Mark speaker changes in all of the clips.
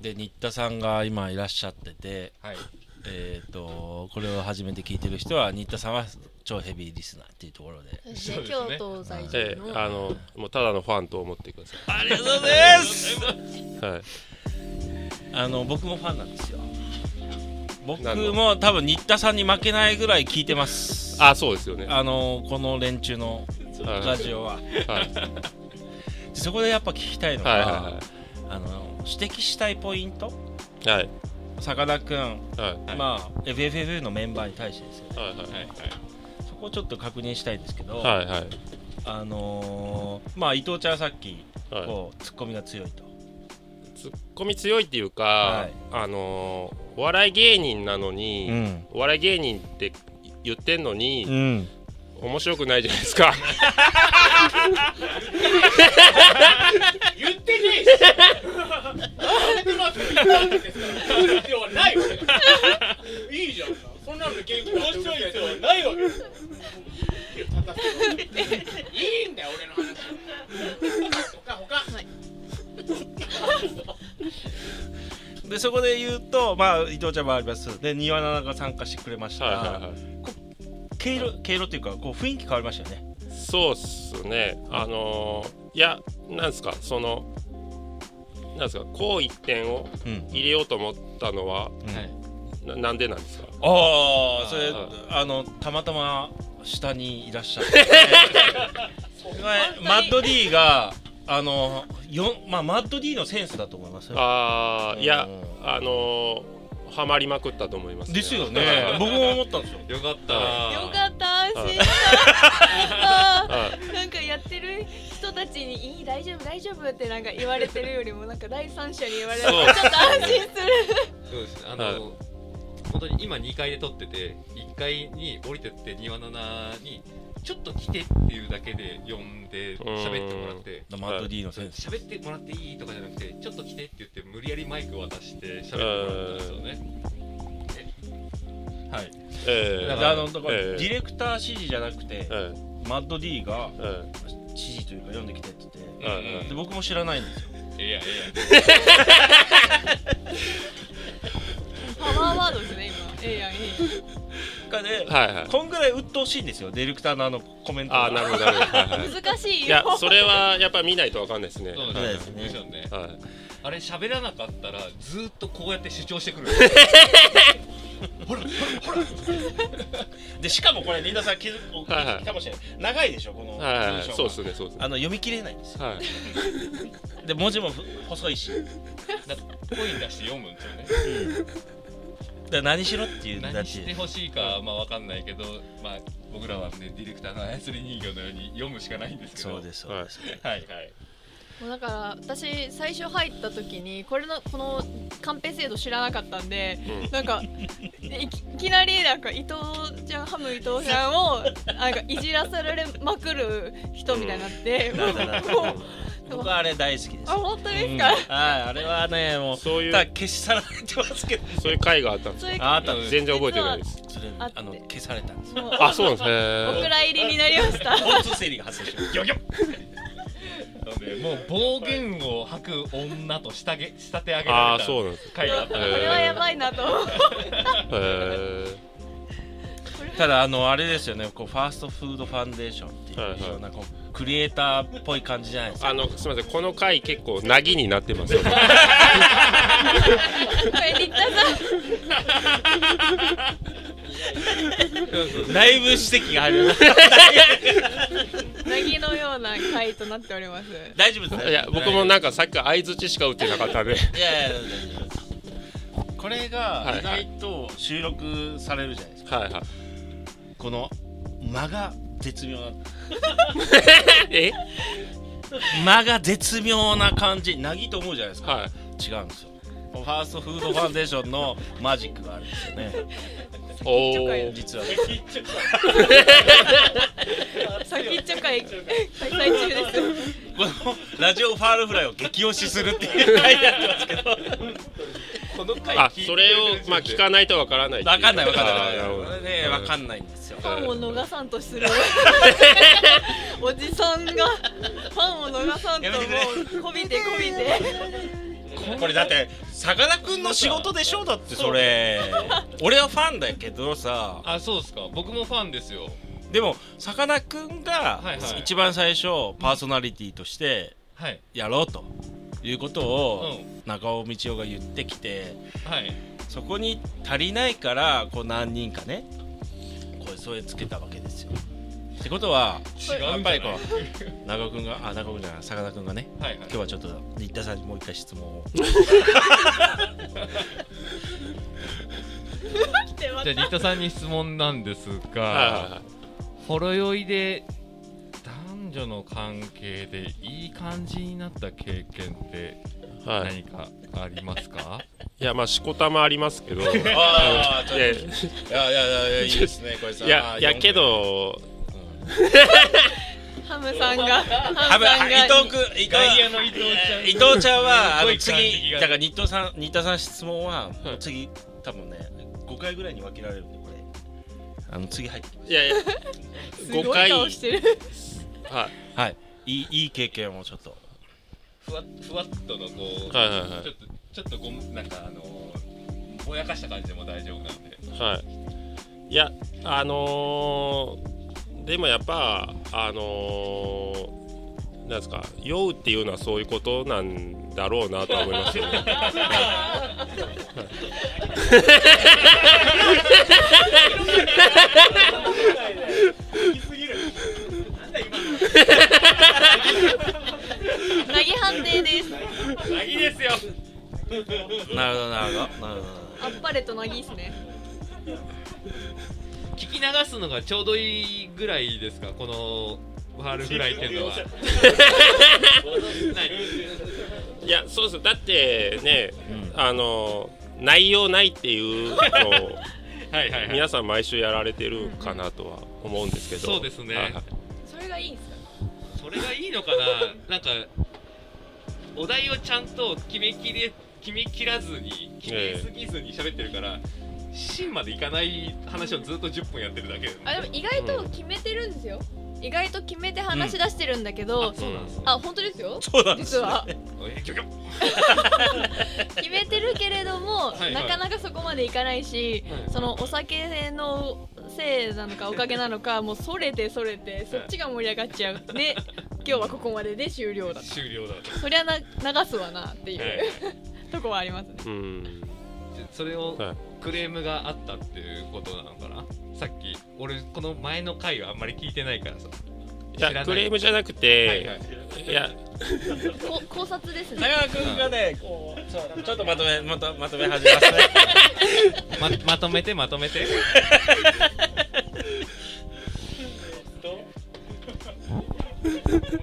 Speaker 1: で新田さんが今いらっしゃってて、
Speaker 2: はい
Speaker 1: えー、とこれを初めて聞いてる人は新田さんは超ヘビーリスナーっていうところで
Speaker 3: そう
Speaker 2: そうで
Speaker 3: ですね
Speaker 2: す
Speaker 3: 京
Speaker 2: ね
Speaker 3: 都在住
Speaker 4: ええ
Speaker 3: の、
Speaker 4: あのもうただのファンと思ってくださ
Speaker 1: ありがとうございます
Speaker 4: い、はい、
Speaker 1: あの僕もファンなんですよ僕も多分新田さんに負けないぐらい聞いてます
Speaker 4: あそうですよねは
Speaker 1: あのこの連中の
Speaker 4: い
Speaker 1: ラジオは
Speaker 4: はい
Speaker 1: そこでやっぱ聞きたいのが、
Speaker 4: はいは
Speaker 1: あの指摘したいポイント
Speaker 4: いはい
Speaker 1: さかなクン、
Speaker 4: はい
Speaker 1: まあ FFF のメンバーに対してですよね
Speaker 4: はいはい
Speaker 2: はい
Speaker 1: そこをちょっと確認したいんですけど、
Speaker 4: はいはい
Speaker 1: あのーまあ伊藤ちゃんはさっき
Speaker 4: はい
Speaker 1: こうツッコミが強いと、
Speaker 4: ツッコミ強いっていうか、
Speaker 1: はい
Speaker 4: あのーお笑い芸人なのに、
Speaker 1: うん
Speaker 4: お笑い芸人って言ってんの
Speaker 1: う
Speaker 4: に、
Speaker 1: ん、
Speaker 4: 面白くないじゃないです か
Speaker 2: 言ってねえし慌ててますよ言ったんですから言う必要はないわけいいじゃんかそんなので元気面白い必要はないわけですよいいんだよ俺の話他他
Speaker 1: でそこで言うとまあ伊藤ちゃんもありますで庭菜々が参加してくれました
Speaker 4: はい
Speaker 1: が、
Speaker 4: はいはい
Speaker 1: 毛色毛色というかこう雰囲気変わりましたよね
Speaker 4: そうっすねあのーいやなんですかそのなんですかこう一点を
Speaker 1: うん
Speaker 4: 入れようと思ったのは
Speaker 1: はい
Speaker 4: ななんでなんですか
Speaker 1: ああそれ
Speaker 4: はい
Speaker 1: あのたまたま下にいらっ しゃってはいマッド D があのよまあマッド D のセンスだと思いますよ
Speaker 4: あーいや
Speaker 1: うん
Speaker 4: あのーハマりまくったと思います、
Speaker 1: ですよね僕も思ったんですよ
Speaker 5: よかった
Speaker 3: よかった安心した
Speaker 4: はい
Speaker 3: なんかやってる人たちに「いい大丈夫大丈夫」ってなんか言われてるよりもなんか第三者に言われるとちょ
Speaker 4: そう
Speaker 3: っと安心す
Speaker 5: そうですねあ
Speaker 4: はい
Speaker 5: の本当に今2階で撮ってて1階に降りてって庭の7にちょっと来てっていうだけで呼んで喋ってもらって
Speaker 1: マッド D のセンス
Speaker 5: 喋ってもらっていいとかじゃなくてちょっと来てって言って無理やりマイク渡して喋ってもらったんですよね
Speaker 1: はい
Speaker 4: え
Speaker 1: だ
Speaker 4: ー
Speaker 1: からあのだから
Speaker 4: ええ
Speaker 1: ディレクター指示じゃなくて
Speaker 4: えー
Speaker 1: マッド D が
Speaker 4: えー
Speaker 1: 指示というか読んできてって言って
Speaker 5: うん
Speaker 4: はいはい
Speaker 1: で僕も知らないんですよ
Speaker 5: いやいや
Speaker 3: るパワーワードですね今ええやんええやん
Speaker 1: で
Speaker 4: はいはい
Speaker 1: こんぐらい鬱陶しいんですよディレクターのあのコメントが
Speaker 4: あーなるほどなるほど、はいはい
Speaker 3: 難しいよ
Speaker 4: いや、それはやっぱ見ないとわかんないですね。
Speaker 5: そう
Speaker 4: は
Speaker 5: ですねですよね
Speaker 4: い。
Speaker 5: あれ喋らなかったらずーっとこうやって主張してくるほらほらほら
Speaker 1: でしかもこれリンダさん気づお気
Speaker 4: はいは
Speaker 1: づ
Speaker 4: い
Speaker 1: きかもしれない長いでしょこの
Speaker 4: はいはい
Speaker 1: 文章が
Speaker 4: そうですね、そうですね。
Speaker 1: あの読み切れないんですよ
Speaker 4: はい。
Speaker 1: で文字もふ細いし
Speaker 5: なんか声に出して読むんですよね
Speaker 1: で何しろっていうんだ
Speaker 5: 何
Speaker 1: っ
Speaker 5: して
Speaker 1: て
Speaker 5: ほしいかはまあわかんないけど、まあ、僕らはねディレクターの操り人形のように読むしかないんですけど
Speaker 1: そうですそうです、
Speaker 5: はいはい
Speaker 3: もうだから私最初入った時にこれのこのカンペ制度知らなかったんで
Speaker 4: うん
Speaker 3: なんかいきいきなりなんか伊藤ちゃんハム伊藤さんをなんかいじらされまくる人みたいになって、もうもう
Speaker 1: 僕はあれ大好きです
Speaker 3: あ本当です
Speaker 1: は
Speaker 3: か
Speaker 1: い、あれはねもう
Speaker 4: そういう
Speaker 1: ただ消し去られてますけど
Speaker 4: そういう回があったんです
Speaker 3: そ。れ
Speaker 1: あなたの
Speaker 4: 全然覚えてないです。
Speaker 1: それ
Speaker 3: あって
Speaker 1: あの消されたんです
Speaker 3: もう
Speaker 4: あ、そうなんです
Speaker 3: お
Speaker 4: ね。
Speaker 3: 蔵入りになりました
Speaker 1: 交通整理が発生しました
Speaker 5: なのでもう暴言を吐く女と下げ仕立て上げら
Speaker 4: あ
Speaker 5: れた
Speaker 4: ー、そうなんです。
Speaker 5: 回があった
Speaker 3: こ
Speaker 5: ん
Speaker 4: へ
Speaker 5: で
Speaker 4: ー
Speaker 3: れはやばいなと思う
Speaker 4: え
Speaker 1: ただあのあれですよねこうファーストフードファンデーションっていう、
Speaker 4: はいはい
Speaker 1: なんかこうクリエイターっぽい感じじゃないです
Speaker 4: ー、
Speaker 1: か
Speaker 4: あの、すみません、この回結構なぎになっ てますよね。
Speaker 3: これ立体さん
Speaker 1: 内部指摘が入る
Speaker 3: なぎのような回となっております
Speaker 1: 大丈夫ですね
Speaker 4: いや、僕もなんかさっき相づちしか打ってなかったんで。
Speaker 1: いやいや大丈夫ですこれが意外と収録されるじゃないですか、
Speaker 4: はいはい。
Speaker 1: この間が絶妙な
Speaker 4: え、
Speaker 1: 間が絶妙な感じなぎと思うじゃないですか、
Speaker 4: はい。
Speaker 1: 違うんですよファーストフードファンデーションのマジックがあるんですよね
Speaker 4: おお。
Speaker 1: 実は
Speaker 3: 先っちょ会開催中です
Speaker 1: このラジオファールフライを激推しするっていう回になってますけど
Speaker 5: この回
Speaker 4: あ、
Speaker 5: 聞いて
Speaker 4: そ
Speaker 5: くれて
Speaker 4: れ
Speaker 5: る
Speaker 4: を、まあ、聞かないとわからないってう。
Speaker 1: わかんないわかんない
Speaker 4: あーるほど
Speaker 1: これねわかんないんですよ
Speaker 3: ファンを逃さんとするおじさんがファンを逃さんともうこびてこびて
Speaker 1: これだってさかなクンの仕事でしょだってそれ俺はファンだけどさ
Speaker 5: あそうですか僕もファンですよ
Speaker 1: でもさかなクンが
Speaker 5: はいはい
Speaker 1: 一番最初パーソナリティとして
Speaker 5: はい
Speaker 1: やろうということ
Speaker 5: うん
Speaker 1: を中尾道夫が言ってきて
Speaker 5: はい
Speaker 1: そこに足りないからこう何人かねこれそれつけたわけですよってことは
Speaker 5: 違うんじゃない
Speaker 1: やっぱ中尾君があ中尾君じゃないさかなクンがね
Speaker 5: はい
Speaker 1: 今日はちょっと新田さんにもう一回質問を
Speaker 3: 来てま
Speaker 5: じゃあ新田さんに質問なんです
Speaker 4: はい
Speaker 5: がほろ酔いで男女の関係でいい感じになった経験って
Speaker 4: はいはいは
Speaker 5: 何
Speaker 4: い
Speaker 5: かありますか、
Speaker 4: いやまあしこたまありますけどい
Speaker 1: ああ
Speaker 4: や
Speaker 1: いやいやいやいやいいですねこれさ
Speaker 4: いやいやけ、ど
Speaker 3: ハムさんがハ
Speaker 1: ハ
Speaker 3: ム
Speaker 1: ブ
Speaker 3: さんが
Speaker 1: 伊藤君伊藤
Speaker 5: 外野の伊藤ちゃん
Speaker 1: 伊藤ちゃんはあの
Speaker 5: すごい感激
Speaker 1: 次
Speaker 5: が
Speaker 1: だから新田さん新田さん質問は
Speaker 4: はい
Speaker 1: 次多分ね5回ぐらいに分けられるんでこれあの次入って
Speaker 4: い やいや
Speaker 3: す
Speaker 4: 5
Speaker 3: ごい
Speaker 4: 回
Speaker 3: 顔してる
Speaker 4: はい
Speaker 1: はいいいいい経験をちょっと
Speaker 5: ふわふわっとのこ
Speaker 4: はいはいはい
Speaker 5: ちょっとちょっとごなんかあのぼやかした感じでも大丈夫なんで
Speaker 4: はい、いやあのーでもやっぱあのーなんですか酔うっていうのはそういうことなんだろうなとは思いますよ ね
Speaker 2: 行き過ぎるなんだ今の
Speaker 3: なぎ判定です
Speaker 5: いいですよ
Speaker 1: なるほどなるほどなるほ
Speaker 3: あっぱれとなぎですね
Speaker 5: 聞き流すのがちょうどいいぐらいですかこのワールフライっていう のは
Speaker 4: いやそうですだってね、あのー内容ないっていうのを
Speaker 5: はいはいはい
Speaker 4: 皆さん毎週やられてるかなとは思うんですけど
Speaker 5: そうですね
Speaker 4: はい
Speaker 3: それがいいんですか
Speaker 5: それがいいのかななんかお題をちゃんと決めきれ決めきらずに決めすぎずに喋ってるから、芯までいかない話をずっと10分やってるだけ
Speaker 3: あでも意外と決めてるんですよ意外と決めて話し出してるんだけど、
Speaker 5: そうなんですね
Speaker 3: あ本当ですよ
Speaker 1: そうなんです
Speaker 3: 実は
Speaker 5: えキョキョ
Speaker 3: 決めてるけれども、
Speaker 5: はいはい
Speaker 3: なかなかそこまでいかないし、
Speaker 5: はい
Speaker 3: そのお酒のせいなのかおかげなのかもうそれてそれてそっちが盛り上がっちゃう で今日はここまでで終了だ
Speaker 5: 終了だ
Speaker 3: そりゃな流すわなっていう、とこはありますね
Speaker 4: うん
Speaker 5: それを
Speaker 4: はい
Speaker 5: クレームがあったっていうことなのかなさっき俺この前の回はあんまり聞いてないからさ
Speaker 4: い
Speaker 5: 知らな
Speaker 4: や
Speaker 5: い
Speaker 4: クレームじゃなく
Speaker 5: はいはい
Speaker 4: て、いや
Speaker 3: こ考察です
Speaker 1: 中
Speaker 3: ね
Speaker 1: 川君がねこうそうちょっとまとめまとまとめ始めますね
Speaker 5: ままとめてまとめて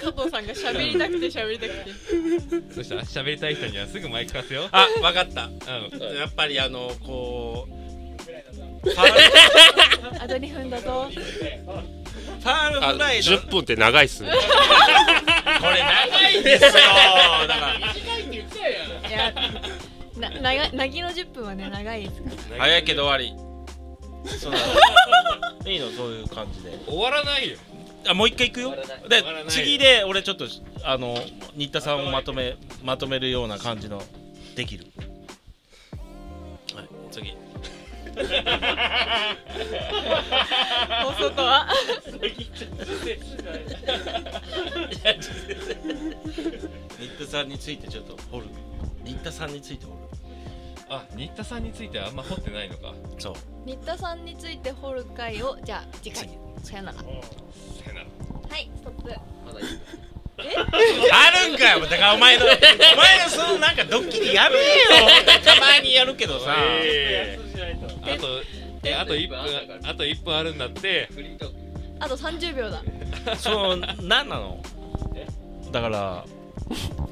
Speaker 3: 加藤さんが喋りたくて喋りたくて
Speaker 5: そしたら喋りたい人にはすぐマイク貸すよ
Speaker 1: あわかった
Speaker 5: うん
Speaker 1: やっぱりあのこう
Speaker 3: あと2分だぞ
Speaker 1: パール
Speaker 4: あ
Speaker 1: フライド
Speaker 4: 10分って長いっすね
Speaker 1: これ長いですよだから
Speaker 2: 短いって言ってたやん
Speaker 3: いやなながなぎの10分はね長いです
Speaker 1: 早いけど終わりそうだいいの そういう感じで
Speaker 5: 終わらないよ
Speaker 1: あもう一回いくよで
Speaker 5: 終わらない
Speaker 1: 次で俺ちょっとあの新田さんをまとめまとめるような感じのできるはい次
Speaker 3: 放送とは
Speaker 1: 新田さんについてちょっと掘る新田さんについて掘る
Speaker 5: あ新田さんについてはあんま掘ってないのか
Speaker 1: そう
Speaker 3: 新田さんについて掘る回をじゃあ次回さよなら
Speaker 5: せな
Speaker 3: はいストップ
Speaker 1: あるんかよだからお 前のお前のそのなんかドッキリやめえよたまにやるけどさ
Speaker 5: え
Speaker 3: ー
Speaker 5: あとえあと1分あと1分あるんだって
Speaker 3: あと30秒だ
Speaker 1: その何なのだから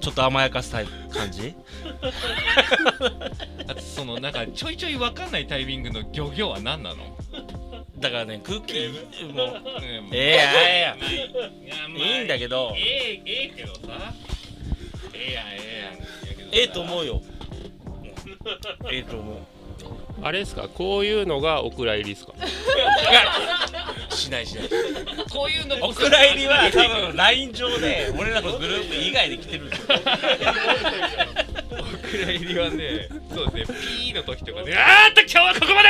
Speaker 1: ちょっと甘やかしたい感じ
Speaker 5: あとそのなんかちょいちょいわかんないタイミングの漁業は何なの、
Speaker 1: だからねクッキーもう
Speaker 5: うん
Speaker 1: ええや
Speaker 5: まあい
Speaker 1: いやいいんだけど
Speaker 5: ええええけどさええやんええやんやけどさ
Speaker 1: ええと思うよええと思う
Speaker 4: あれですかこういうのがお蔵入りですか
Speaker 1: しないしない
Speaker 5: こういうの
Speaker 1: お蔵入りは多分 LINE 上で俺らのグループ以外で来てるんですよ
Speaker 5: くらいにはね、そうですね、ピーの時とかね、あーっと今日はここまで